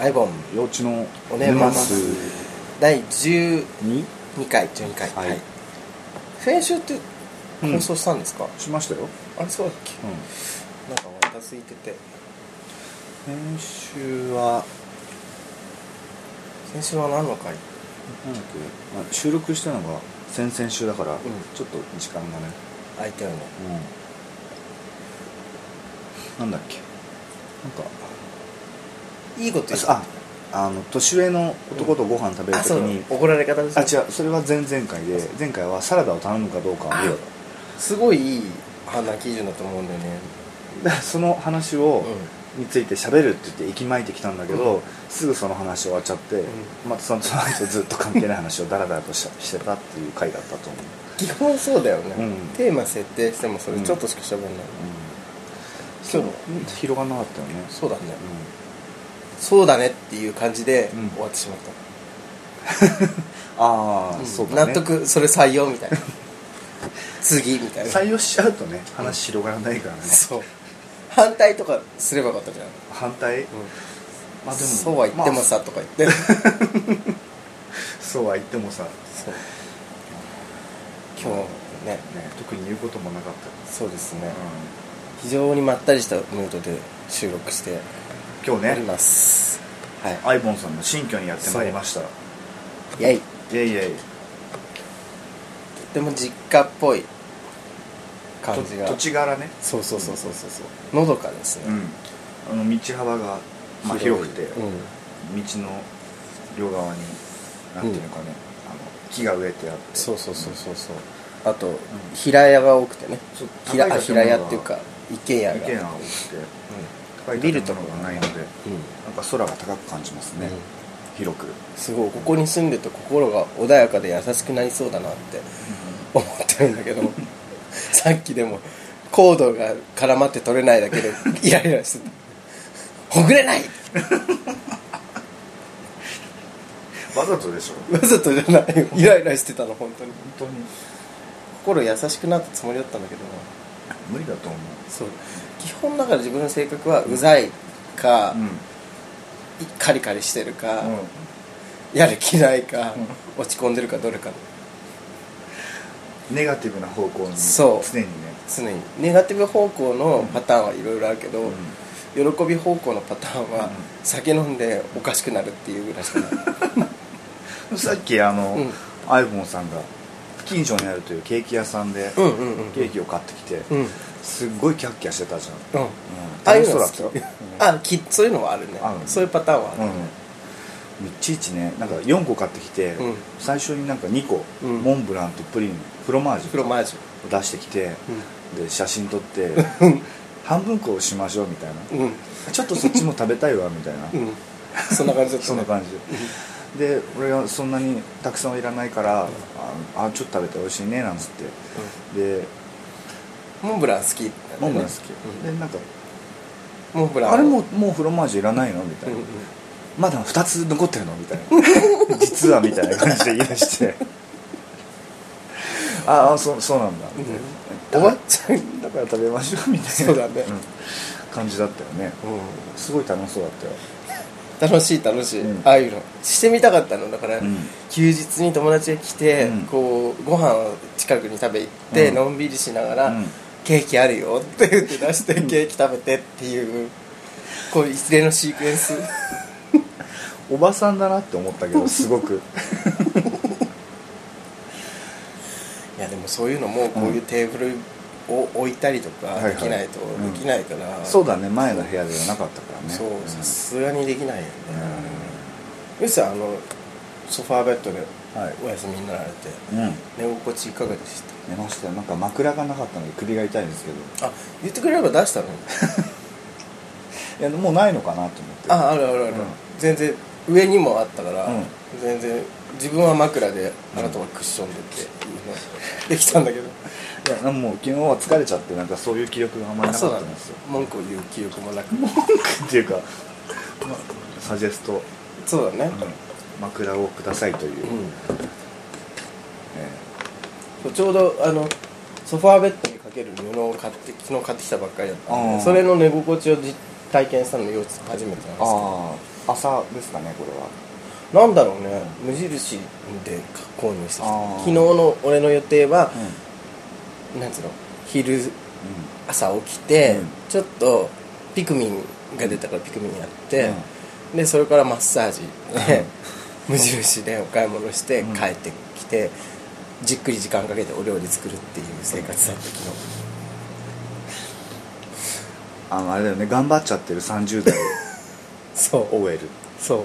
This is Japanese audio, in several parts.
アイボン幼稚のおねまスす第12に回12回、はいはい先週ってうん放送したんですか、しましたよ、あれそうだっけうん、なんかまたついてて先週は先週は何の回なんだっけ、まあ、収録したのが先々週だから、んちょっと時間がね、空いたよねなんだっけなんかいいこと言うああの年上の男とご飯食べるあときそうだに、怒られ方ですあ違うそれは前々回で前回はサラダを頼むかどうかはどうすごいいい判断基準だと思うんだよねだだ その話を、うについて喋るって言って息巻いてきたんだけど、うんすぐその話終わっちゃって、うまたそのその後ずっと関係ない話をダラダラとししてたっていう回だったと思う、基本そうだよね、うんテーマ設定してもそれうんちょっとしか喋んない、うん、今日のうん広がんなかったよねそうだね、うそうだねっていう感じでうん終わってしまった、ん、ああ、うんそうだ納ね得それ採用みたいな 次みたいな採用しちゃうとね話広がらないからね、そう反対とかすればよかったじゃん、反対まあでもそうは言ってもさ、とか言ってそうは言ってもさそう 今日ねね、特に言うこともなかったそうですね、う非常にまったりしたムードで収録してん、今お日りねます、はいアイボンさんの新居にやってまいりましたイェイいやいやいやとても実家っぽい感じが土地柄ねそうそうそうそうそうそうのどかですうね、んあの道幅が、まあ、広くて、いうん道の両側になんていうのかね、あの木が植えてあってそうそうそうそうそうあと、平屋が多くてねそう平高あい平建物が屋っていうか一軒家意が見が多くて高いビル建物がないのでうん、うんなんか空が高く感じますね、うん広く、すごいここに住んでて心が穏やかで優しくなりそうだなって 思ってるんだけどさっきでもコードが絡まって取れないだけでイライラしてたほぐれないわざとでしょわざとじゃないよイライラしてたの本当に本当に心優しくなったつもりだったんだけどな無理だと思うそう基本だから自分の性格はうざいか、いカリカリしてるか、うんやる気ないか、う落ち込んでるかどれかネガティブな方向にそう常にね常にネガティブ方向のパターンはいろいろあるけど、うん喜び方向のパターンは、うん酒飲んでおかしくなるっていうぐらいしかないさっきあの、うん iPhone さんが近所にあるというケーキ屋さんでケうんうんうんーキを買ってきて、うんうんすっごいキャッキャしてたじゃん、ああい楽うしのそうだはっ好たよきあきそういうのはあるねあるそういうパターンはある、うんいちいちねなんか4個買ってきて、うん最初になんか2個、うんモンブランとプリンフロマージフロュマージを出してきて、で写真撮ってュうん半分こうしましょうみたいなうんちょっとそっちも食べたいわみたいな、うんそんな感じだったねそんな感じで俺がそんなにたくさんはいらないから「ああちょっと食べて美味しいね」なんつってでモンブラン好き、モンブラン好き、うでんなんかモン「ブランあれもうもうフロマージュいらないの?」みたういんなうん「まだ2つ残ってるの?」みたいな「 実は」みたいな感じで言い出して「ああそうそうなんだ」みた終いわなっちゃう「だから食べましょう」みたいなそうだねん感じだったよねすごい楽しそうだったよ楽しい楽しい、うんああいうのしてみたかったのだから、うん休日に友達が来て、うんこうご飯を近くに食べ行って、うんのんびりしながら、うんケーキあるよって言って出 してケーキ食べてっていうこう一連のシークエン スおばさんだなって思ったけどす ごくいやでもそういうのもこういうテーブルを置いたりとはかいはいできないとうんできないから、そうだね前の部屋ではなかったからねそううんさすがにできないよね、よしさんあのソファーベッドではいお休みになられて、うん寝心地いかがでした寝ましたよなんか枕がなかったので首が痛いんですけどあ言ってくれれば出したのにいやもうないのかなと思ってああるあるある、うん全然上にもあったから、うん全然自分は枕であなたはクッションでっていうのできたんだけどいやもう昨日は疲れちゃってなんかそういう気力があんまりあなそかうだったねんですよ文句を言う記憶もなく っていうか、まあ、サジェスト、そうだね枕をくださいというう、ん、えそうちょうどあのソファーベッドにかける布を買って昨日買ってきたばっかりだったんあでーそれの寝心地を実体験したのも幼稚初めてなんですけーどああ朝ですかねこれはなんだろうね無印で購入してきたあー昨日の俺の予定はうん、なんつうの昼朝起きて、うんちょっとピクミンが出たからピクミンやって、でそれからマッサージで、 無印でお買い物してうん帰ってきて、じっくり時間かけてお料理作るっていう生活だった昨日あのあれだよね頑張っちゃってる30代 そう OL そう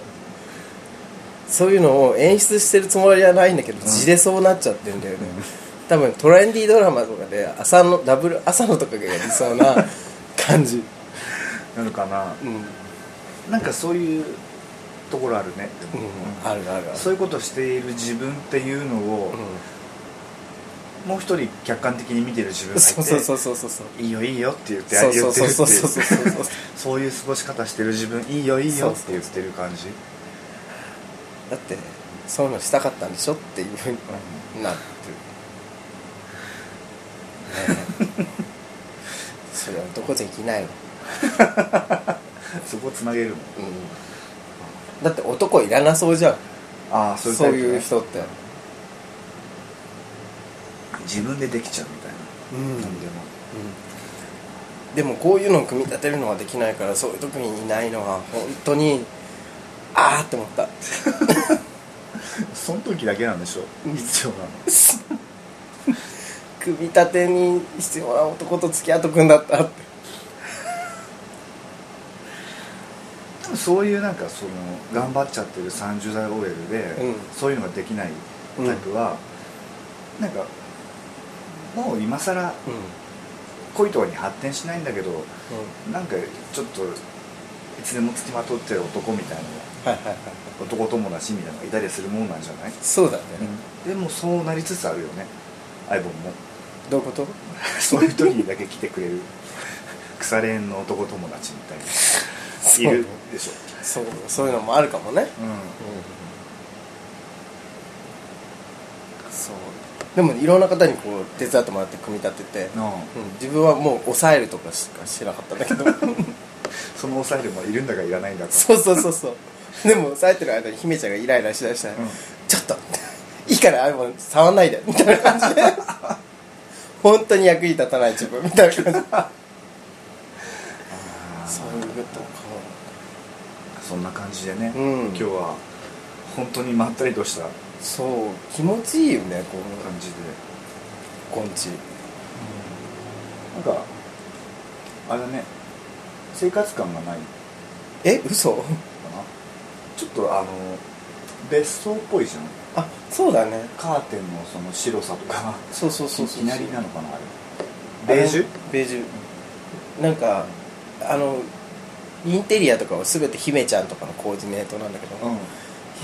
そういうのを演出してるつもりはないんだけど、地でそうなっちゃってんだよね、多分トレンディードラマとかで朝のダブル朝のとかがやりそうな感じなのかなうん、うん、なんかそういうところあるね、でもあるあるあるそういうことしている自分っていうのを、うもう一人客観的に見てる自ん、分がいてそうそうそうそうそうそういいよいいよって言ってそう言そうってるそうってそうそいううそうそうそういう過ごし方してる自分いいよいいよって言ってる感じだってそういうのしたかったんでしょっていうふうになってる、 ねえ、それは男じゃいけないわ、そこつなげるのうん、だって男いらなそうじゃんああそう,、タイプねいう人って自分でできちゃうみたいうな、ん何でもうんでもこういうのを組み立てるのはできないからそういう時にいないのは本当にああって思った その時だけなんでしょうん必要なの組み立てに必要な男と付き合っとくんだったってでもそういうなんかその頑張っちゃってる30代 OL で、うんそういうのができないタイプは、なんかもう今更うん、うん恋とかに発展しないんだけどなんかちょっといつでもつきまとってる男みたいなはいはいはいはい男友達みたいなのがいたりするもんなんじゃない、そうだね、でもそうなりつつあるよね相棒も どういうことそういう時にだけ来てくれる 腐れ縁の男友達みたいそうないるでしょそうそういうのもあるかもね、うんそうでもいろんな方にこう手伝ってもらって組み立てて、うんの自分はもう抑えるとかしかしてなかったんだけどその抑えるもいるんだかいらないんだかそうそうそうそうでも抑えてる間に姫ちゃんがイライラしだしたら、うんちょっといいからあれも触んないでみたいな感じで本当に役に立たない自分みたいな 感じそういうことかそんな感じでね、うん今日は本当にまったりとした感そう気持ちいいよねこのじでこんちなんかあれだね生活感がないえ嘘 かなちょっとあの別荘っぽいじゃんあそうだねカーテンのその白さとかそうそうそうそういきなりなのかなあれベージュベージュなんかあのインテリアとかは全て姫ちゃんとかのコーディネートなんだけど、うん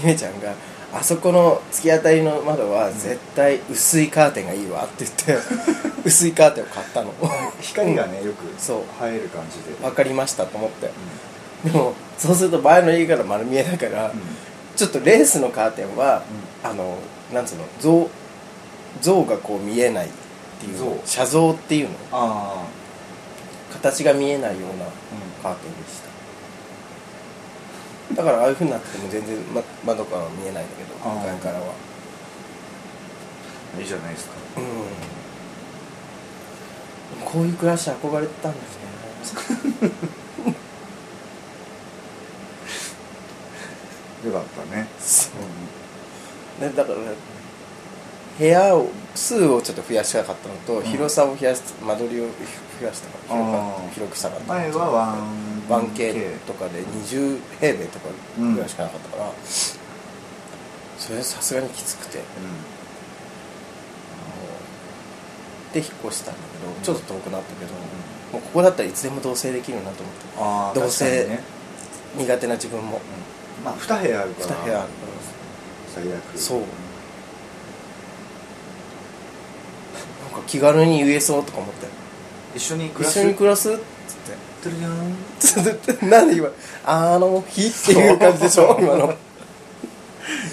姫ちゃんが「あそこの突き当たりの窓は絶対薄いカーテンがいいわ」って 言って薄いカーテンを買ったの光がねよくそう入る感じで分かりましたと思ってうでもそうすると前の家から丸見えだから、んちょっとレースのカーテンは、あのなんつうの像像がこう見えないっていうの像写像っていうのああ形が見えないようなうんカーテンでしただからああいうふうになってても全然、ま、窓からは見えないんだけどあー向かいからはいいじゃないですかうんこういう暮らし憧れてたんですけどねよかったねそうんうねだから部屋を数をちょっと増やしたかったのと、うん広さを増やし間取りを増やしたかった広あかー広くしたかった前はワン 1K とかで20平米とかぐらいしかなかったから、それさすがにきつくてうで引っ越したんだけど、うんちょっと遠くなったけど、うもうここだったらいつでも同棲できるなと思ってんああどうせ確かにね苦手な自分もうんまあ2部屋あるから2部屋ある最悪そうなんか気軽に言えそうとか思って一緒に「一暮らす緒にっ暮らす?」ってるじゃんつって「なんで今あの日」っていう感じでしょそう今の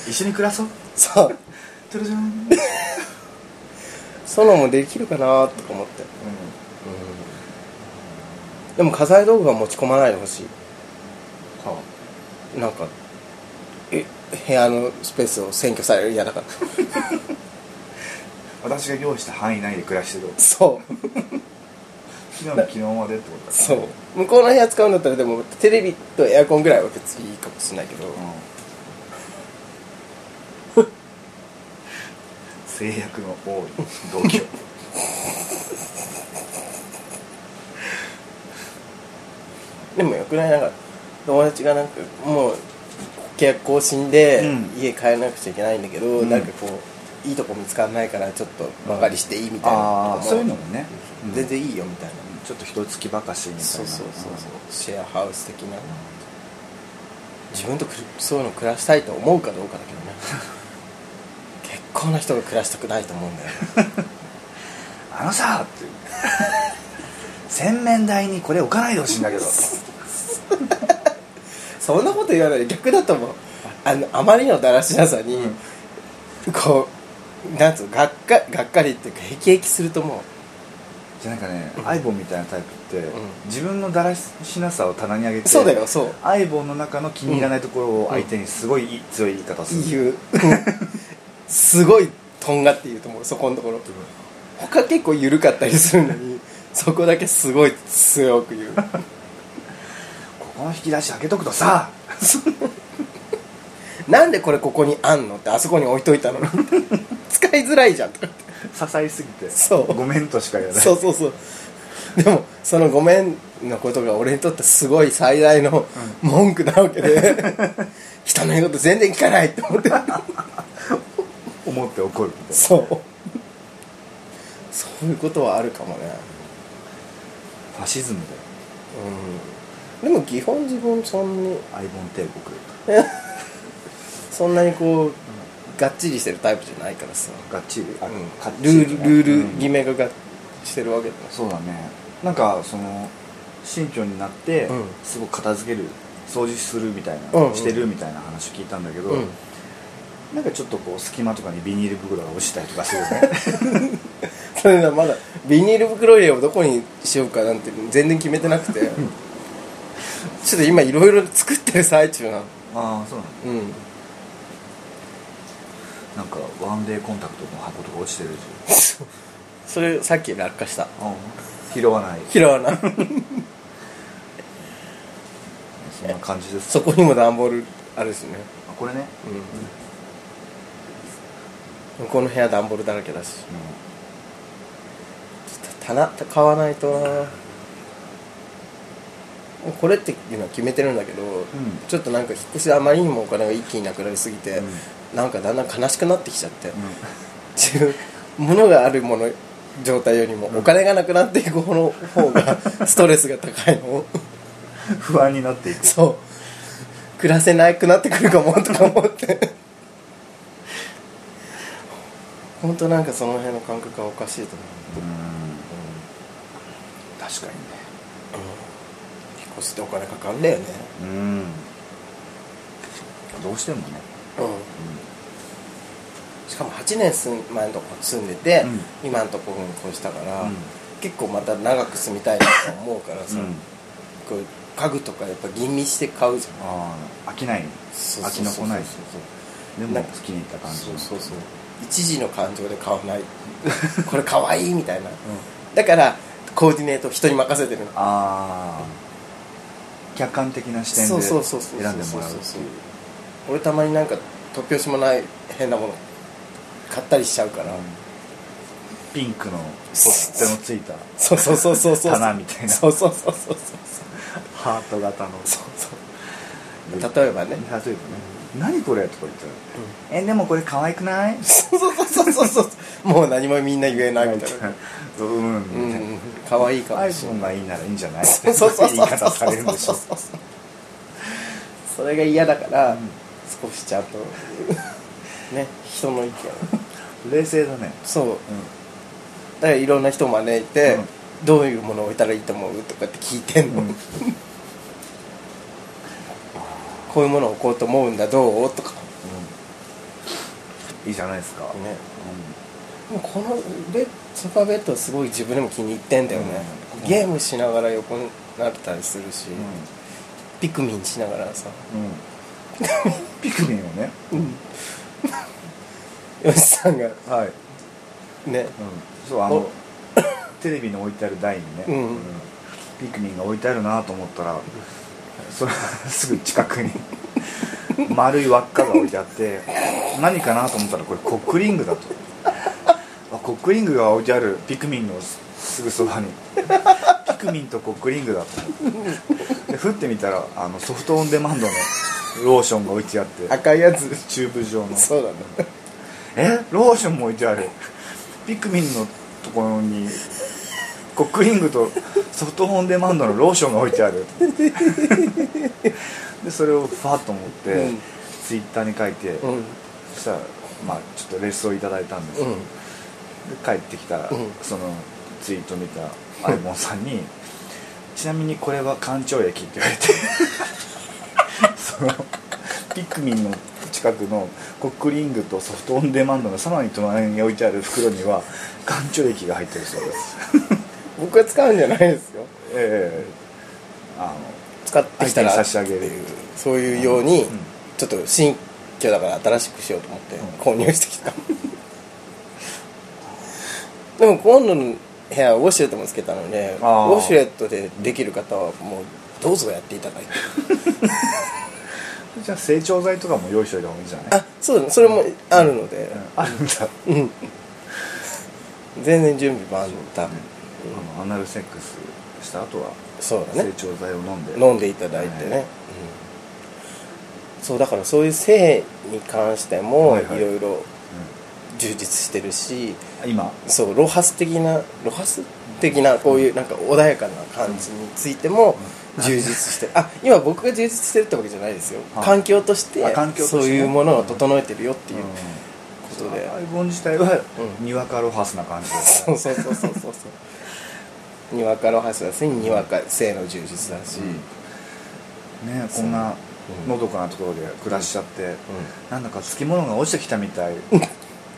一緒に暮らそうそうてるじゃんうんそのもできるかなとか思ってでも家財道具は持ち込まないでほしいはなんかえ部屋のスペースを占拠される嫌だから 私が用意した範囲内で暮らして るそう昨日の昨日までってことだそう向こうの部屋使うんだったらでもテレビとエアコンぐらいは別にいいかもしれないけど、うん制約の多い 同居でもよくないなんか友達がなんかもう契約更新でうん家帰らなくちゃいけないんだけど、うんなんかこういいとこ見つかんないからちょっと曲がりしていいみたいなあとあかそういうのもね、うん全然いいよみたいな、ちょっと人付きばかしみたいなそうそうそうそうシェアハウス的な自分とくるそういうの暮らしたいと思うかどうかだけどね 結構な人が暮らしたくないと思うんだよねあのさっていう洗面台にこれ置かないでほしいん だけどそんなこと言わないで逆だと思うあのあまりのだらしなさに、うんこうなんつうのがっかがっかりっていうかへきへきすると思うじゃあなんかねアイボンみたいなタイプって、うん自分のだらしなさを棚に上げてそうだよそうアイボンの中の気に入らないところを相手にすごい強い言い方をする、言うすごいとんがって言うと思うそこのところ他結構緩かったりするのにそこだけすごい強く言うここの引き出し開けとくとさ なんでこれここにあんのってあそこに置いといたのに使いづらいじゃんとかって支えすぎてそうごめんとしか言わないそうそうそうでもその「ごめん」のことが俺にとってすごい最大の文句なわけで、 人の言うこと全然聞かないって思って思って怒るみたいそうそういうことはあるかもねなファシズムだようんでも基本自分そんにアイボン帝国そんなにこうがっちりしてるタイプじゃないからさ、がっちりうあんかっちルりールルールうん決めががっしてるわけだそうだねなんかその新居になって、うんすごく片付ける掃除するみたいうな、んうんしてるみたいな話聞いたんだけど、うんなんかちょっとこう隙間とかにビニール袋が落ちたりとかするよね それがまだビニール袋入れをどこにしようかなんて全然決めてな くてちょっと今いろいろ作ってる最中なのああそうなのうんなんかワンデーコンタクトの箱とか落ちてるしそれさっき落下した拾わない拾わない そんな感じですそこにも段ボールあるしねあこれね、向こうの部屋段ボールだらけだしう棚買わないとなもうこれっていうのは決めてるんだけど、んちょっとなんか引っ越しであまりにもお金が一気になくなりすぎて、うなんかだんだん悲しくなってきちゃって、ん 自分物があるもの状態よりもお金がなくなっていく方の方 がストレスが高いの不安になっていくそう暮らせなくなってくるかもとか思って本当なんかその辺の感覚はおかしいと思ううん確かにね引っ越しってお金かかんだよねうんどうしてもねうんうしかも8年住ん前のとこ住んでて、うん今のところに越したから、うん結構また長く住みたいなと思うからさ、うんこういう家具とかやっぱ吟味して買うじゃんああ飽きないそう飽きのこないそうでなもんか好きにいった感じそうのそうそう一時の感情で買わない これかわいいみたいなだからコーディネート人に任せてるのああ客観的な視点そうで選そんうそうそうでもらうってそうそうそういう俺たまになんか突拍子もない変なもの買ったりしちゃうから、ピンクの取っ手のついたそうそうそうそうそう棚みたいなそうそうそうそうそうハート型のそうそう例えばね例えばね「何これ?」とか言ったら「えでもこれ可愛くない?」そうそうそうそうそうそうもう何もみんな言えないみたいなうーんうみたいん可愛いかなもしれ iPhone ないがいいならいいんじゃないって そうそうそう言いそう方されるんでしょそうそうそれが嫌だから、うん少しちゃん とね人の意見冷静だねそううだからいろんな人を招いて、うんどういうものを置いたらいいと思うとかって聞いてんの、うん こういうものを置こうと思うんだどうとかんいいじゃないですかねもうこのベッソファーベッドはすごい自分でも気に入ってんだよね、うんゲームしながら横になったりするし、うんピクミンしながらさうんうんピクミンをね吉さんがはい、うん、ねそうあおの テレビに置いてある台にね、うんピクミンが置いてあるなと思ったらそれ すぐ近くに 丸い輪っかが置いてあって何かなと思ったらこれコックリングだとあコックリングが置いてあるピクミンのすすぐそばにピクミンとコックリングだと思ってでふってみたらあのソフトオンデマンドのローションが置いてあって赤いやつチューブ状のそうだねえローションも置いてあるピクミンのところにコックリングとソフトオンデマンドのローションが置いてあ るでそれをファッと思って、うんツイッターに書いて、うんそしたらまあちょっとレッスンをいただいたんですけうど、んで帰ってきたら、うんそのツイート見た相棒さんに「ちなみにこれは官庁駅」って言われて そのピクミンの近くのコックリングとソフトオンデマンドのさらに隣に置いてある袋には官庁駅が入ってるそうです 僕は使うんじゃないですよええあの使ってきたら相手に差し上げるそういうように、うんちょっと新居だから新しくしようと思ってうん購入してきた、でも今度の部屋はウォシュレットもつけたのでウあーォシュレットでできる方はもうどうぞやっていただいてじゃあ整腸剤とかも用意しといた方がいいんじゃないあそうだねそれもあるのでうんあるんだうん、全然準備万端あのアナルセックスした後はそうだ整ね腸剤を飲んで飲んでいただいてね、はうんそうだからそういう性に関してもはいいはいろいろ充実してるし、うん今そうロハス的なロハス的なこういうなんか穏やかな感じについても充実してあ今僕が充実してるってわけじゃないですよはい環境としてあ環境としてそうねいうものを整えてるよっていううんことで、アイボン自体は、うんにわかロハスな感じでそうそうそうそうそうそうにわかロハスだしにわか性の充実だし、うんうんねそうこんなうんのどかなところで暮らしちゃって、なんだかつきものが落ちてきたみたいっ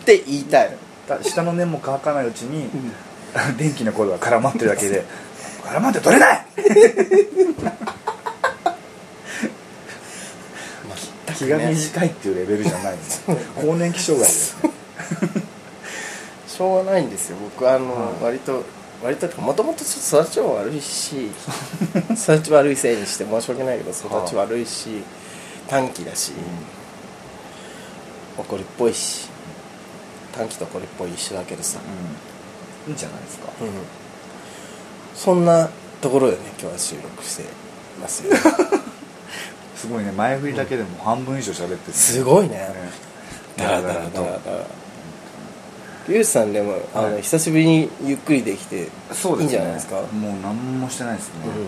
て言いたい、だ下の根も乾かないうちに、電気のコードが絡まってるだ けで絡まって取れない気が短いっていうレベルじゃないです更年期障害ですねしょうがないんですよ僕あの、はい割と割ともともとちょっと育ちも悪いし 育ち悪いせいにして申し訳ないけど育ち悪いし、短気だし、怒りっぽいし短気と怒りっぽい一緒だけどさ、うんいいんじゃないですかうんそんなところでね今日は収録してますよ すごいね前振りだけでも半分以上喋ってる、すごいねだだららだだららとだらだらリュウジさんでもあの、久しぶりにゆっくりできてそういですねいんじゃないですかもう何もしてないですね、うん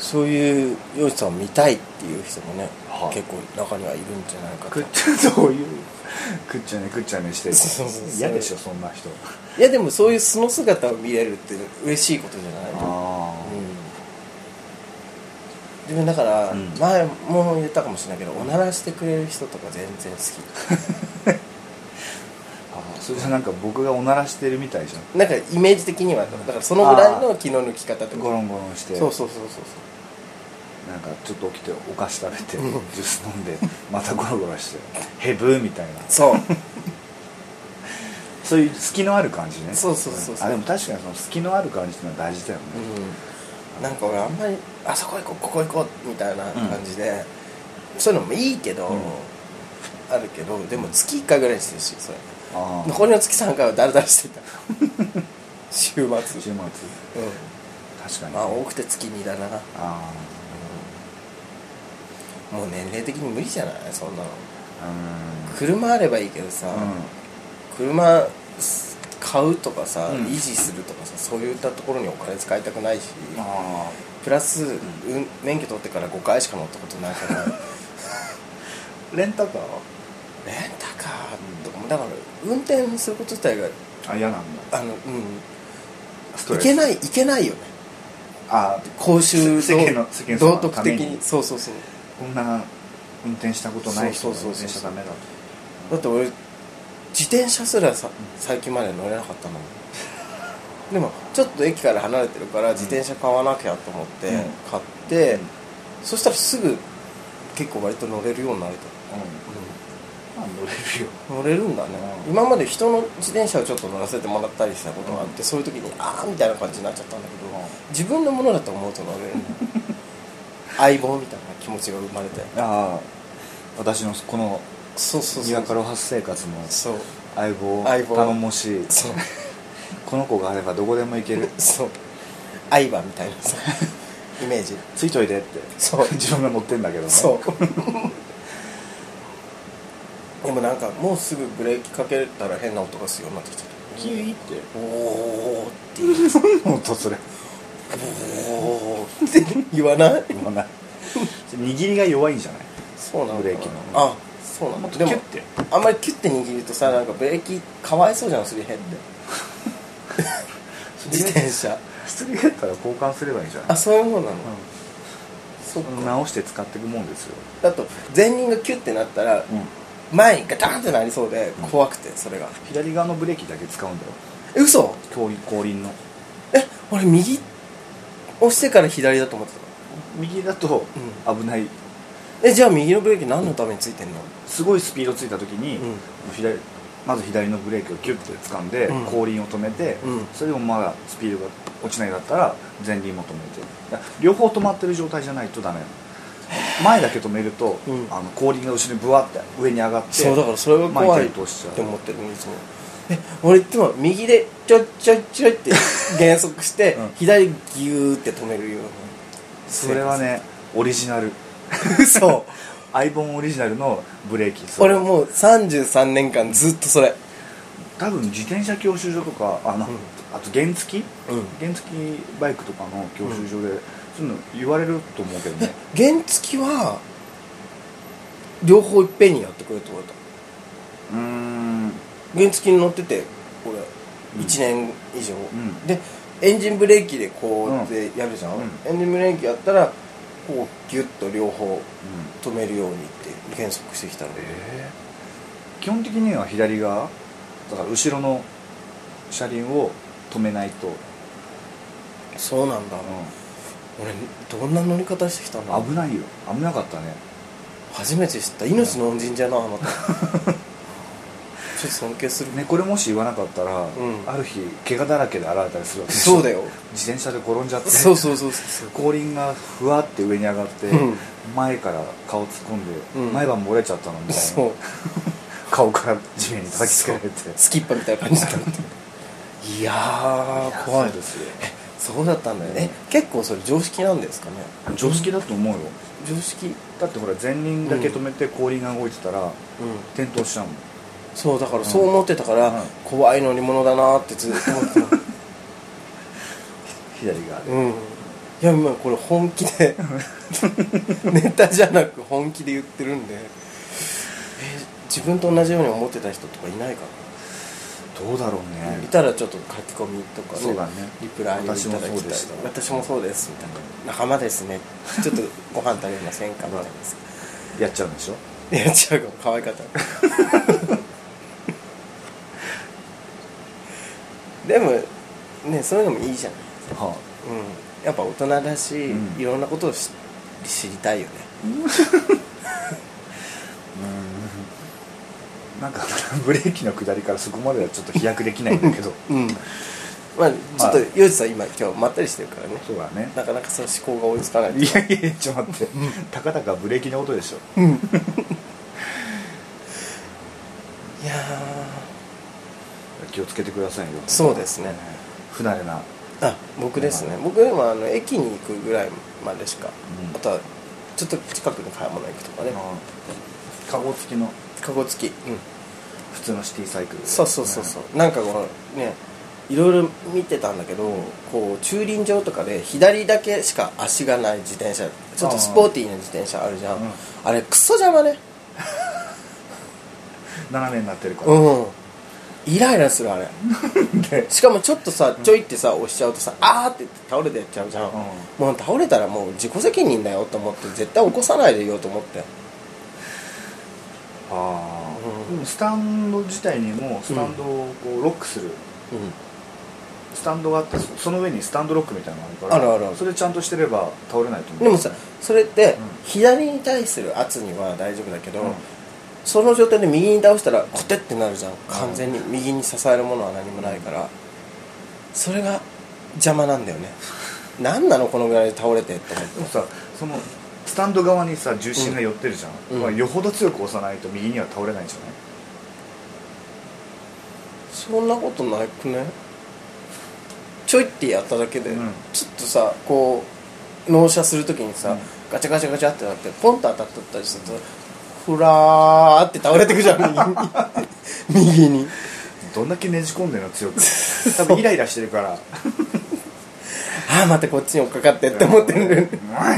そういう漁師さんを見たいっていう人もね、はい結構中にはいるんじゃないかとくっちゃそういうくっちゃねくっちゃねしてるそうそうそう嫌でしょそんな人いやでもそういう素の姿を見れるって嬉しいことじゃない、うん、あ自分だから、うん前も言ったかもしれないけどおならしてくれる人とか全然好あそれじゃなんか僕がおならしてるみたいじゃき なんかイメージ的にはだからそのぐらいの気の抜き方とんゴかロンゴロンしてそうそうそうそうなんかちょっと起きてお菓子食べてジうュんース飲 んでまたゴロゴロしてヘブーみたいなそうそうそういう隙のある感じねそうそうそうそうんあでも確かにその隙のある感じっていうのは大事だよね、うん、なんか俺あんまりあそこ行こうここ行こうみたいな感じで、そういうのもいいけど、うんあるけどでも月1回ぐらいにしてるしそれああ残りの月3回はだらだらしてた週末、うん、週末確かに、ね、まあ多くて月2だな、あもう年齢的に無理じゃないそんなのあ車あればいいけどさ、うん、うん車買うとかさ、うん維持するとかさそういったところにお金使いたくないし、あプラス、うん免許取ってから5回しか乗ったことないからレンあレンタカータカーとかもだから運転すること自体があ嫌なんだあのスうんいトレスけないいけないよねあ公衆世間の世間様道の徳ため的ににそうそうそうこんな運転したことない人がそ運うそうそうそう転しちゃダメだとだって俺自転車すらさ最近まで乗れなかったのでもちょっと駅から離れてるから自転車買わなきゃと思ってうん買って、そしたらすぐ結構割と乗れるようになるとまあ乗れ乗れるよるんだね、うん今まで人の自転車をちょっと乗らせてもらったりしたことがあって、そういう時にああみたいな感じになっちゃったんだけど、うん自分のものだと思うと乗れるんだ 相棒みたいな気持ちが生まれてああ私のこのそうそうニそワうカロハス生活のそう相棒相棒頼もしいそうこの子があればどこでも行けるそう相棒みたいなさ イメージついといてってそう自分が乗ってんだけどねそう でもなんかもうすぐブレーキかけたら変な音がするようになってきちゃったキーっておーって言う本当それおーって 言わない言 わない握りが弱いんじゃないそうなんだブレーキのあそうなんもだっとでキもュッてあんまりキュッて握るとさなんかブレーキかわいそうじゃんすり減って自転車すり減ったら交換すればいいんじゃなあいそういうもんなの、そっうんか直して使っていくもんですよ、だと前輪がキュッてなったら前にガタンってなりそうで怖くてそれが左側のブレーキだけ使うんだよえ嘘後輪後輪のえ俺右押してから左だと思って右だと危ない、たえじゃあ右のブレーキ何のためについてんのすごいスピードついた時に、うん左まず左のブレーキをギュッて掴んで、うん後輪を止めて、うんそれでもまだスピードが落ちないんだったら前輪も止めてだから両方止まってる状態じゃないとダメなの前だけ止めると、うんあの後輪が後ろにブワって上に上がってそうだからそれが怖い前に転っ倒しちゃうて思ってるんですもえ俺いつも右でちょいちょいちょいって減速してうん左ギューって止めるようなそれはねオリジナ ル嘘アイボンオリジナルのブレーキそれ俺もう33年間ずっとそれ多分自転車教習所とかあの、うんあと原付き、うん原付きバイクとかの教習所で、そういうの言われると思うけどね原付きは両方いっぺんにやってくれって言われたうーん原付に乗っててこれうん1年以上、んでエンジンブレーキでこうやってやるじゃん、うんエンジンブレーキやったらこうギュッと両方止めるようにって減速してきたので、えー基本的には左側だから後ろの車輪を止めないと、そうなんだ、う俺どんな乗り方してきたんだろん、う危ないよ危なかったね初めて知った命の恩人じゃなあな たちょっと尊敬するねねこれもし言わなかったら、んある日怪我だらけで現れたりするわけでしょそうだよ自転車で転んじゃっ てそうそうそうそう後輪がふわって上に上がって、うん前から顔突っ込んで、うん前歯も折れちゃったのみたいなそう顔から地面に叩きつけられてスキッパみたいな感じだっていやー怖いそうですよそうだったんだよねえ結構それ常識なんですかね常識だと思うよ常識うんだってほら前輪だけ止めて後輪が動いてたら、転倒しちゃうもんそうだからそう思ってたから、うん怖い乗り物だなってずっと思って た左側で、うんいや今これ本気 でネタじゃなく本気で言ってるんでえ自分と同じように思ってた人とかいないかどうだろうな、ねいたらちょっと書き込みとかねそうだねリプライをいただきたい私もそうでした私もそうですみたいな仲間ですねちょっとご飯食べませんか みたいなさやっちゃうんでしょやっちゃうかも可愛か ったでもねそういうのもいいじゃない、うはん、やっぱ大人だし、うんいろんなことを知知りたいよねあ、うんなんかブレーキの下りからそこまではちょっと飛躍できないん だけどうんまあちょっとまユージさん今今日まったりしてるからねそうだねなかなかその思考が追いつかないいやいやちょっと待ってたかたかブレーキの音でしょいや気をつけてくださいよーそうですね不慣れなあ僕ですね僕でもあの駅に行くぐらいまでしか、うんあとはちょっと近くに買い物行くとかねカゴ付きのカゴ付きうん普通のシティサイクルそうそうそうそう、なんかこうねいろいろ見てたんだけどこう駐輪場とかで左だけしか足がない自転車ちょっとスポーティーな自転車あるじゃんあ,、うんれクソ邪魔ね斜めになってるから、うんイライラするあれでしかもちょっとさちょいってさ押しちゃうとさあーって倒れてっちゃうじゃん、んもう倒れたらもう自己責任だよと思って絶対起こさないでいようと思ってあ うんーでもスタンド自体にもスタンドをこうロックする、うスタンドがあってそその上にスタンドロックみたいなのがあるからあるあるあるそれちゃんとしてれば倒れないと思うんでもさそれって、うん左に対する圧には大丈夫だけど、うんその状態で右に倒したらコテってなるじゃん完全に右に支えるものは何もないからそれが邪魔なんだよね 何なのこのぐらいで倒れてって思っでもさそのスタンド側にさ重心が寄ってるじゃん、うんまあ、よほど強く押さないと右には倒れないんじゃないそんなことなくねちょいってやっただけで、うんちょっとさこう納車するときにさ、うんガチャガチャガチャってなってポンと当たったりするとふらーって倒れてくじゃ ん右に右にどんだけねじ込んでるの 強く多分イライラしてるからああまたこっちに追っかかってって思ってるうんうんっ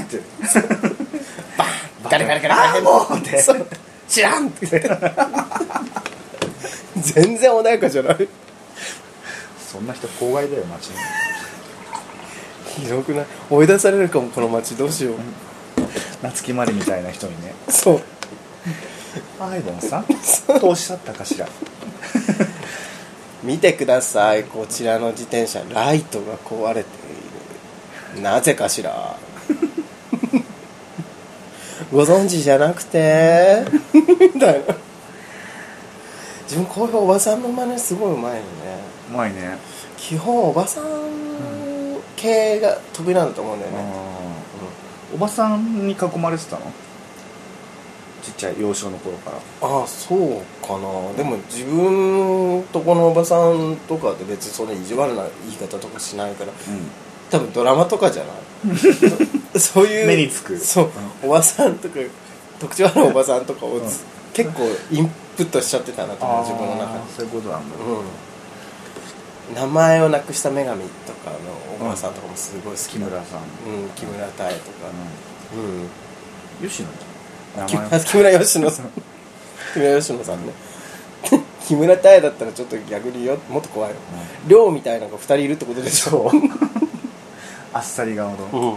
てガリガリガリガあーリもうってそう知らんって全然穏やかじゃないそんな人公害だよ街にひどくない追い出されるかもこの街どうしよう、夏木マリみたいな人にねそうアイボンさん投資だったかしら見てくださいこちらの自転車ライトが壊れているなぜかしら ご存知じゃなくて みたいな自分こういうおばさんの真似すごいうまいよねうまいね基本おばさん系が得意なんだと思うんだよね、おばさんに囲まれてたのちっちゃい幼少の頃からああそうかなでも自分とこのおばさんとかって別にそんな意地悪な言い方とかしないから多分ドラマとかじゃない そういう目につくそう、おばさんとか特徴あるおばさんとかをうんつ、結構インプットしちゃってたなと思う自分の中あーそういうことなんだ、で、うん、名前をなくした女神とかのおばさんとかもすごい好木きな、村さん、うん木村太とか、うんうん、吉野木じゃん名前村木村佳乃さん木村佳乃さんね 木村太だったらちょっと逆によもっと怖いよ寮みたいなのが2人いるってことでしょあっさり顔の、うん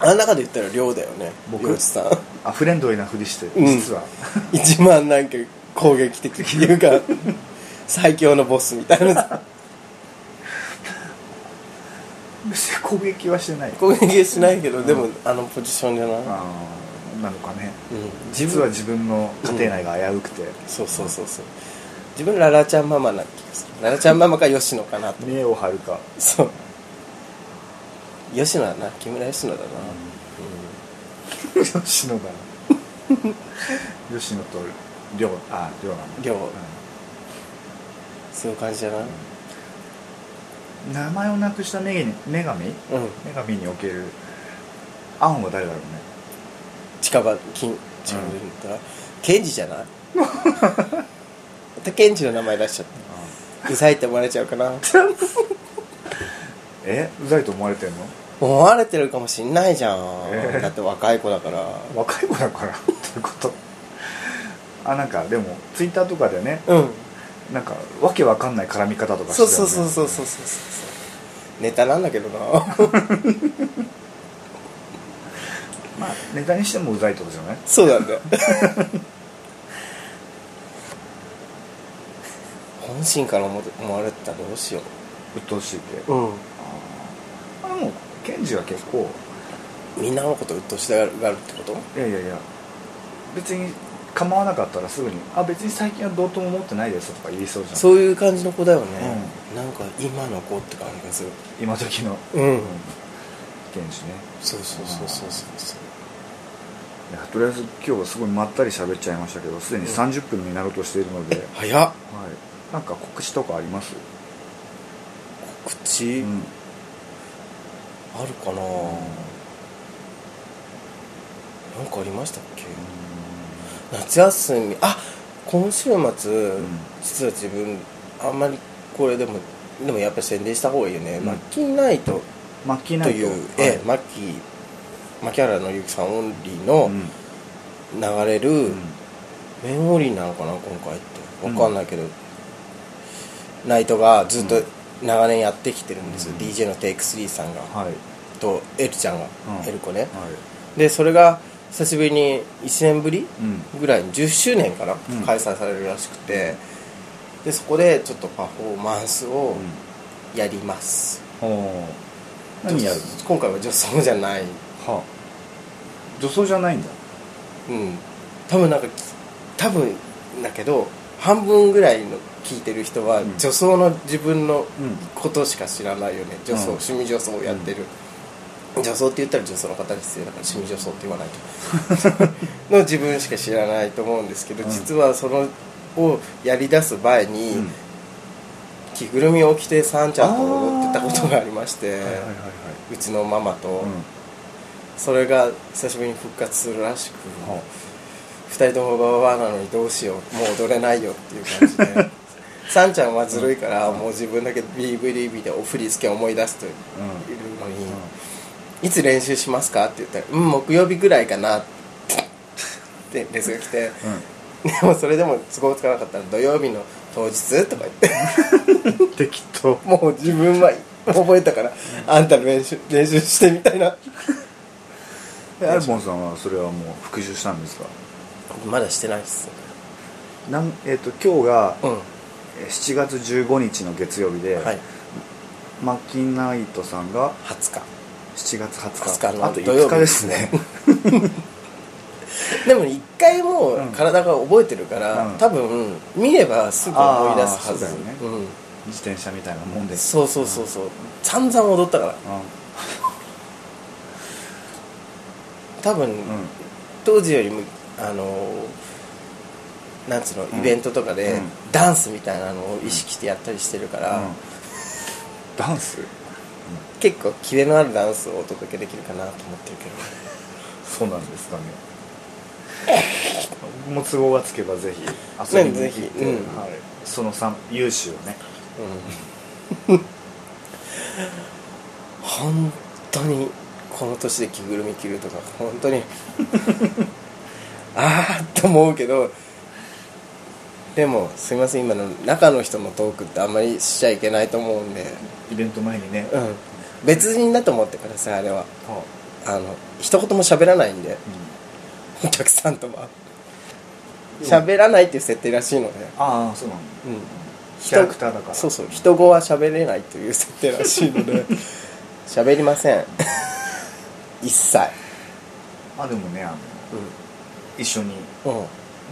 あん中で言ったら寮だよね僕漁師さんあフレンドリーなふりして、うん実は 一番なんか攻撃的っていうか最強のボスみたいな攻撃はしてない攻撃しないけど、でもあのポジションじゃない、うん、あーなのかね実は自分の家庭内が危うくて、そうそうそうそう自分ララちゃんママな気がするララちゃんママか吉野かなと目を張るか、そう吉野だな木村吉野だな、吉野だ吉野と亮あ亮なんだ亮うそういう感じじゃないん名前をなくした女神女神うん女神におけるアンは誰だろうね近場近近場で言ったら、ケンジじゃないまたケンジの名前出しちゃったうざいって思われちゃうかなえうざいと思われてんの思われてるかもしんないじゃん、ええだって若い子だから若い子だから ということあなんかでもツイッターとかでねうんなんかわけわかんない絡み方とかしてそうたよねそうそうそうそうそうそうネタなんだけどなまあネタにしてもうざいってことじゃないそうなんだよ本心から思思われてたらどうしよ鬱陶しいってううんあでもケンジは結構みんなのこと鬱陶しがるがるってこといやいやいや別に構わなかったらすぐに「あ別に最近はどうとも思ってないです」とか言いそうじゃんそういう感じの子だよね、なんか今の子って感じがする今時のうんケンジねそうそうそうそうそうそういやとりあえず今日はすごいまったり喋っちゃいましたけどすでに30分になろうとしているので、はい早っなんか告知とかあります、口、うんあるかな、なんかありましたっけ夏休みあ今週末、ん実は自分あんまりこれでもでもやっぱり宣伝した方がいいよね、マッキーナイトマッキーナとイトいう、はいええマッキー牧原のゆきさんオンリーのうん流れる、うんメンオリーなのかな今回ってわかんないけど、ナイトがずっと長年やってきてるんですよ、うん DJ のテイク3さんが、はい、はいとエルちゃんが、うんエル子ねでそれが久しぶりに1年ぶりうんぐらいに10周年かな、ん開催されるらしくてでそこでちょっとパフォーマンスをやります、うん、おー何やる今回は女装じゃないのは女装じゃないんだうん多分なんかき多分だけど半分ぐらいの聞いてる人はうん女装の自分のうんことしか知らないよね女装、うん趣味女装をやってる、女装って言ったら女装の方に失礼だから趣味女装って言わないと の自分しか知らないと思うんですけど、うん実はそのをやりだす前に、うん着ぐるみを着てサンちゃんと踊ってたことがありまして、はいはいはいうちのママと、はい、うんそれが久しぶりに復活するらしく、は二人ともバババアなのにどうしようもう踊れないよっていう感じでサンちゃんはずるいからもう自分だけ BVDB でお振り付けを思い出すというあうんのに、ういつ練習しますか?」って言ったら「うん木曜日ぐらいかな」ってレスが来てんうんでもそれでも都合つかなかったら「土曜日の当日?」とか言って適当もう自分は覚えたからあんたの練習練習してみたいなえアルボンさんはそれはもう復習したんですかまだしてないっすなん、えー、と今日がうんえー7月15日の月曜日で、はいマッキンナイトさんが20日7月20 20日日のあと土曜5日日ですねでも一回もううん体が覚えてるから、うん多分見ればすぐ思い出すはずあーそうだよね 自転車みたいなもんうでん、そうそうそうそう散々踊ったからう多分、んうん当時よりもあのーなんつうのうんイベントとかで、うんダンスみたいなのを意識してやったりしてるから、うんダンス結構キレのあるダンスをお届けできるかなと思ってるけどそうなんですかね僕も都合がつけばぜひ遊びに行ねぜって、ひうんはい、その三勇姿をねうん本当にこの年で着ぐるみ着るとか本当に ああと思うけどでもすいません今の中の人のトークってあんまりしちゃいけないと思うんで、イベント前にね、うん、別人だと思ってくださいあれははあの一言も喋らないんであお客さんとは喋らないっていう設定らしいので、ああそうなんだうん、キャラクターだからそうそう人語は喋れないという設定らしいので 喋りません 一切まあでもねあのう一緒にん、う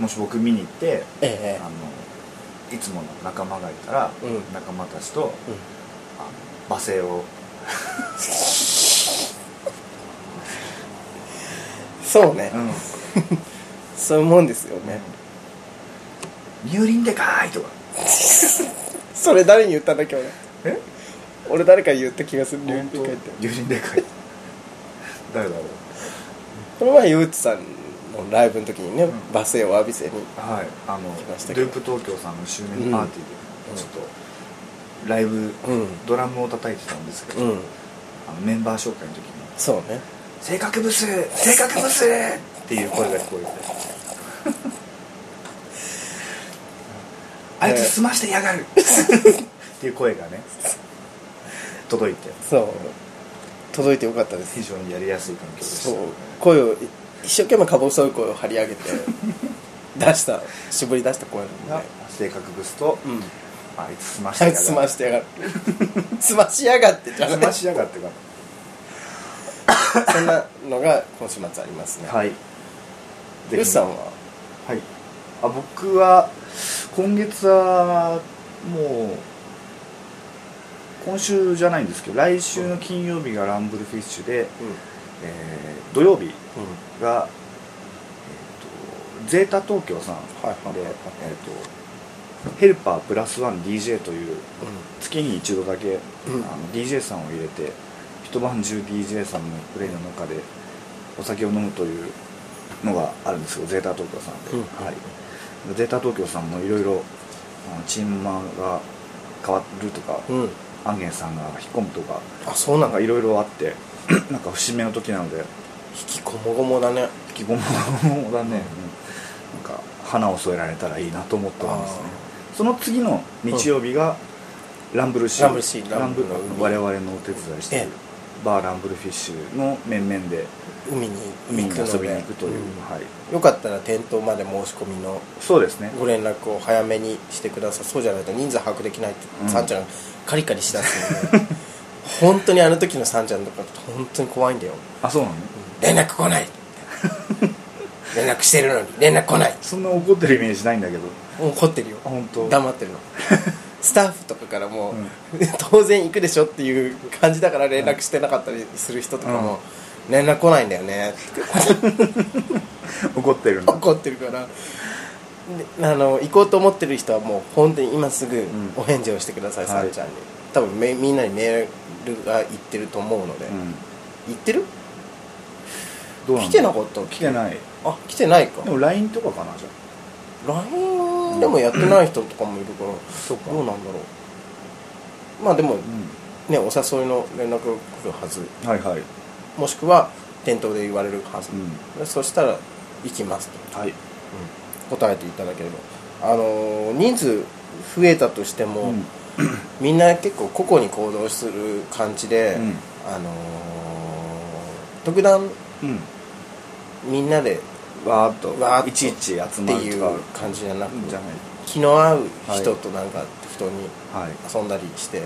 ん、もし僕見に行ってええあのいつもの仲間がいたら、うん仲間たちとあの罵声をそうね、うんそういうもんですよね、うん入輪でかーいとかそれ誰に言ったんだ今日え俺誰かに言った気がする入院って書いて 入輪でかい誰だろうこの前ゆうちさんのライブの時にね、うん罵声を浴びせにはいあの来ましたけどループ東京さんの周年パーうんティーでちょっとライブ、うんドラムを叩いてたんですけど、うんあのメンバー紹介の時にそうね「性格ブス性格ブス!」っていう声が聞こえて あいつ済ましてやが るっていう声がね届いてそう届いてよかったです非常にやりやすい環境でしたそう声を一生懸命か細い声を張り上げて出した絞り出した声ながので性格ブスと、うんあいつ済ましてあやいがつるすましてや がるすましやがってじゃ済なまいしやがってかそんなのが今週末ありますねはいよしさんははい、あ僕は今月はもう今週じゃないんですけど来週の金曜日がランブルフィッシュで、うんえー土曜日うんが、えーとゼータ東京さんで、はいはいはいはいえーとヘルパープラスワン DJ という月に一度だけ、うんあの DJ さんを入れて一晩中 DJ さんのプレイの中でお酒を飲むというのがあるんですよゼータ東京さんで、うんはい、ゼータ東京さんもいろいろあのチームマンが変わるとか、うん、うん、アンゲンさんが引っ込むとかあそうななんんかだい引ろいろあって なんか節目の時なのできこもごもだね引きこもりだね、うんなんか花を添えられたらいいなと思っておりますねその次の日曜日が、ランブルシーランブルシーランブルランブルの海我々のお手伝いしているえバーランブルフィッシュの面々で海に海に行くので遊びに行くという、んはい、よかったら店頭まで申し込みのそうですねご連絡を早めにしてくださいそうじゃないと人数把握できないって、うんさんちゃんカリカリしだすので 本当にあの時のさんちゃんとか本当に怖いんだよあそうなの、連絡来ない連絡してるのに連絡来ないそんな怒ってるイメージないんだけどもう怒ってるよあ本当黙ってる のスタッフとかからも、うん当然行くでしょっていう感じだから連絡してなかったりする人とかも、連絡来ないんだよね怒ってるんだ怒ってるからであの行こうと思ってる人はもう本当に今すぐんお返事をしてください、はいさんちゃんに多分めみんなにメールが行ってると思うので、うん行ってるどうなんだ来てなかった来てないあ来てないかでも LINE とかかなじゃ LINE でもやってない人とかもいるからあそうかどううなんだろうまあでもんねお誘いの連絡が来るはずはいはいもしくは店頭で言われるはずう、んでそしたら行きますと、はい答えていただければあのー人数増えたとしても、うんみんな結構個々に行動する感じで、うんあのー特段うんみんなでわーっとわーっといちいち集まるっとてかいう感じじゃなくじゃない気の合う人となんか適当にはい遊んだりして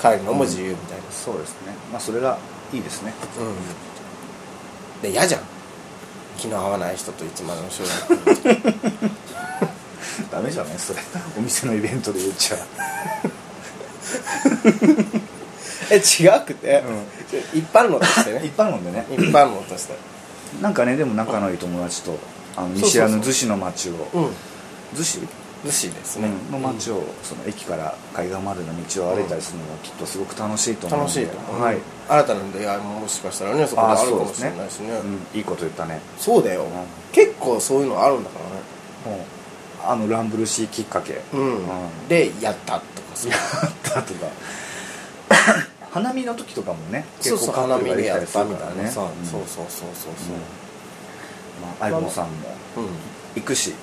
帰るのも自由みたいな、そうですねまあそれがいいですね うん、で嫌じゃん気の合わない人といつまでもしよ うダメじゃない それお店のイベントで言っちゃえ違くて、一般論としてう一ね般論でね一般論としてなんかねでも仲のいい友達とあの見知らぬ逗子の町をうん逗子無視ですね、うんの町をその駅から海岸までの道を歩いたりするのがきっとすごく楽しいと思うん楽でしいと思う、はい新たな出会いももしかしたらねそこでああるーかそうもでしすれねないしねうんいいこと言ったねそうだよ、ん結構そういうのあるんだからねあのランブルシーきっかけうん、うんでやったとか さやったとか花見の時とかもねそうそうカ花ップル見がでできやたっりすたみるたいからなねさ、うんそうそうそうそうまあ相棒さんもそう、うん行くし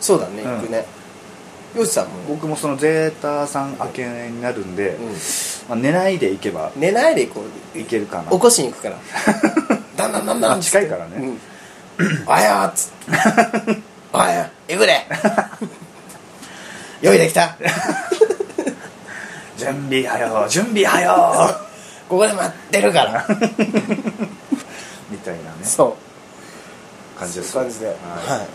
そうだねうん行くねよしさんも、僕もそのゼータさん明けになるんで、うんまあ、寝ないで行けば寝ないで行こう行けるかな起こしに行くから だんだんだんだんあ近いからねうんおはようっつって おはよう行くで用意できた準備はよ準備はよここで待ってるから みたいなねそう感じですそういう感じで、はいはい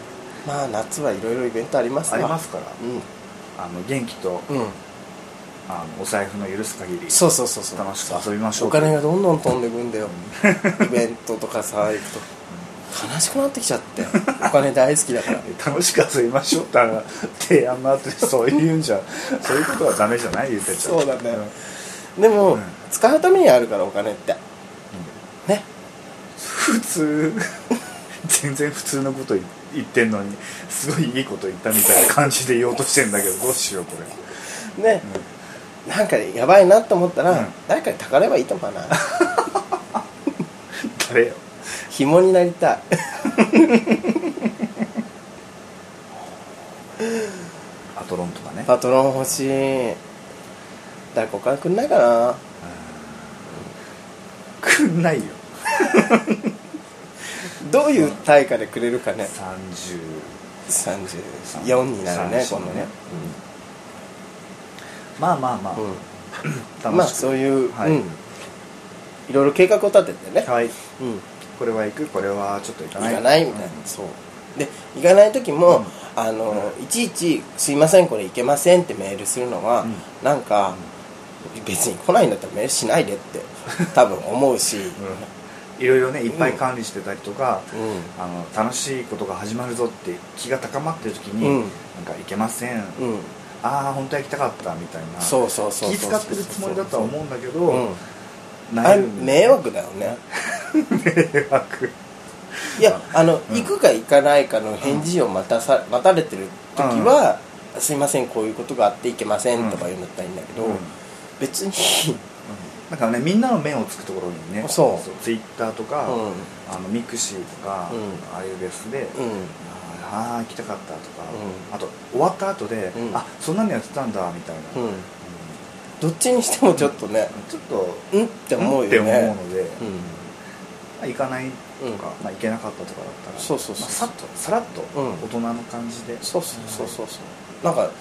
まあ夏はいろいろイベントありますあなりますからうあの元気とん、うん、あのお財布の許す限り そうそうそうそう楽しく遊びましょうお金がどんどん飛んでくんだ よイベントとかさ行くと悲しくなってきちゃってお金大好きだから楽しく遊びましょうってあの提案の後でそういうんじゃそういうことはダメじゃないゆうてちゃんそうだねでも、うん使うためにあるからお金ってね普通全然普通のこと言言ってんのにすごいいいこと言ったみたいな感じで言おうとしてんだけどどうしようこれね、なんかやばいなと思ったら、うん誰かにたかればいいと思うな 誰よ紐になりたい アトロンとかねパトロン欲しい誰かお金くんないかなくんないよどういう対価でくれるかね30 34になるね34今度ね、まあまあまあ、うん楽しくまあそういう、はいいうん、いろいろ計画を立ててね、はいうん、これは行くこれはちょっと行かない行かないみたいな、うんそうで行かない時も、うんあのいちいち「すいませんこれ行けません」ってメールするのは、うんなんか、別に来ないんだったらメールしないでって多分思う し、うんいろいろねいっぱい管理してたりとか、うんあの楽しいことが始まるぞって気が高まってる時に、うんなんか行けませうん、ん、ああ本当は行きたかったみたいなそうそうそう気そう使ってるつもりだとは思うんだけど、うん、あ悩れむんだ迷惑だよね迷惑いやあの、うん行くか行かないかの返事を待たさ待たれてる時は、すいませんこういうことがあって行けません」とか言うんだったらいいんだけど、うん別に、なんかねみんなの目をつくところにねそうツイッターとか、うんあのミクシーとか、うんああいうベースで、うん、ああ行きたかったとか、うんあと終わった後で、うんあそんなのやってたんだみたいな、ううんん、どっちにしてもちょっとね、ちょっとうんって思うよねって思うので、うんまあ、行かないとうんか、まあ、行けなかったとかだったらそうそうそうまあ、さっとさらっとうん大人の感じで、そうそうそうそうそうなんか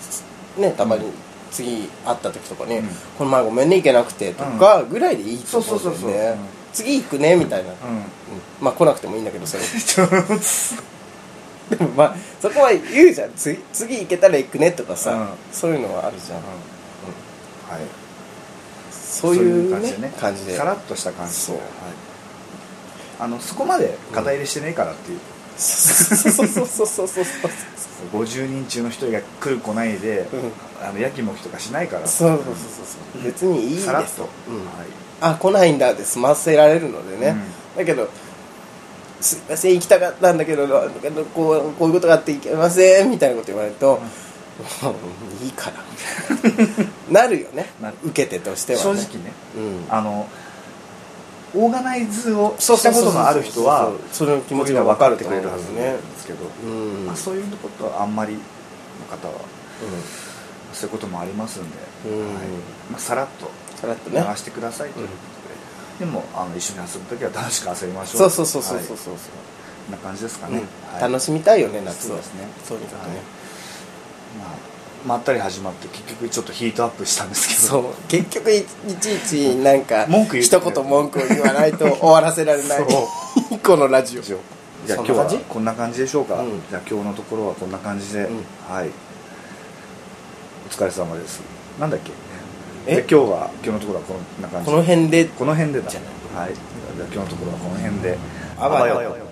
ねたまに次会った時とかね、うんこの前ごめんね行けなくて」とかぐらいでいいとそ思うそううんだそようね、そう、うん次行くねみたいな、うんうん まあ来なくてもいいんだけどそれちょっとでもまあそこは言うじゃん次次行けたら行くねとかさ、うんそういうのはあるじゃん、はいそういう,、ね、そ感じででさらっとした感じでそうはい、あのそこまで肩入れしてねえからっていう、そうそうそうそうそうそうそう50人中の1人が来る来ないで、うあのやきもきとかしないからそうそうそうそう別にいいですさらっと、うんはいあ来ないんだって済ませられるのでね、だけど「すいません行きたかったんだけどなんかこうこういうことがあって行けません」みたいなこと言われると「もういいから」なるよねなる受け手としては、ね、正直ねうんあのオーガナイズをしたことのある人はその気持ちこがういうの分分かかるっっててくくれれるるははずずなねんですけど、うんまあ、そういうことはあんまりの方はそういうこともありますんで、うんはいまあ、さらっとさらっと流ねしてくださいということで、でもあの一緒に遊ぶ時は楽しく遊びましょうそうそうそうそうはいそうそうこんな感じですかうねん、はい楽しみたいよね夏そをうですねそういうことね、はいまあ、まったり始まって結局ちょっとヒートアップしたんですけどそう結局いいちいちなんか文句言って一くれる言文句を言わないと終わらせられないこのラジオじゃそあ今ん日な感はじこんな感じでしょうか、うんじゃあ今日のところはこんな感じで、うんはいお疲れ様ですなんだっけえで今日は今日のところはこんな感じこの辺でこの辺でだじゃはいじゃあ今日のところはこの辺であばよあばよ